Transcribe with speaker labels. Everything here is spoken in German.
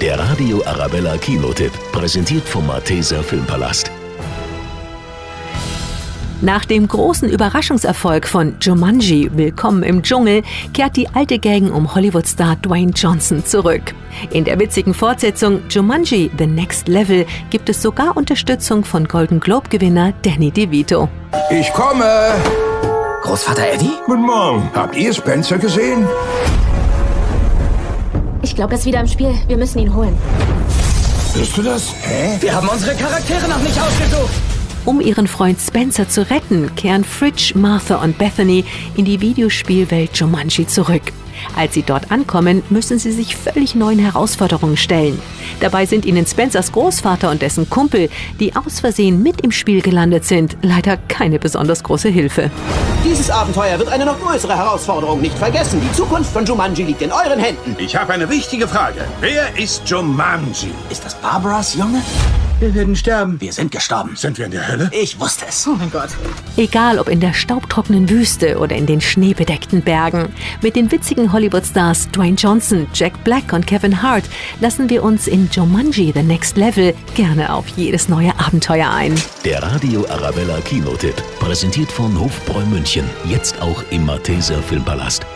Speaker 1: Der Radio Arabella Kinotipp, präsentiert vom Malteser Filmpalast.
Speaker 2: Nach dem großen Überraschungserfolg von Jumanji Willkommen im Dschungel kehrt die alte Gang um Hollywood-Star Dwayne Johnson zurück. In der witzigen Fortsetzung Jumanji The Next Level gibt es sogar Unterstützung von Golden Globe-Gewinner Danny DeVito.
Speaker 3: Ich komme!
Speaker 4: Großvater Eddie?
Speaker 3: Guten Morgen. Habt ihr Spencer gesehen?
Speaker 5: Ich glaube, er ist wieder im Spiel. Wir müssen ihn holen.
Speaker 3: Hörst du das? Hä?
Speaker 4: Wir haben unsere Charaktere noch nicht ausgesucht.
Speaker 2: Um ihren Freund Spencer zu retten, kehren Fridge, Martha und Bethany in die Videospielwelt Jumanji zurück. Als sie dort ankommen, müssen sie sich völlig neuen Herausforderungen stellen. Dabei sind ihnen Spencers Großvater und dessen Kumpel, die aus Versehen mit im Spiel gelandet sind, leider keine besonders große Hilfe.
Speaker 6: Dieses Abenteuer wird eine noch größere Herausforderung nicht vergessen. Die Zukunft von Jumanji liegt in euren Händen.
Speaker 7: Ich habe eine wichtige Frage. Wer ist Jumanji?
Speaker 4: Ist das Barbaras Junge?
Speaker 8: Wir würden sterben.
Speaker 4: Wir sind gestorben.
Speaker 7: Sind wir in der Hölle?
Speaker 4: Ich wusste es.
Speaker 8: Oh mein Gott.
Speaker 2: Egal ob in der staubtrockenen Wüste oder in den schneebedeckten Bergen, mit den witzigen Hollywood-Stars Dwayne Johnson, Jack Black und Kevin Hart lassen wir uns in Jumanji The Next Level gerne auf jedes neue Abenteuer ein.
Speaker 1: Der Radio Arabella Kinotipp, präsentiert von Hofbräu München, jetzt auch im Malteser Filmpalast.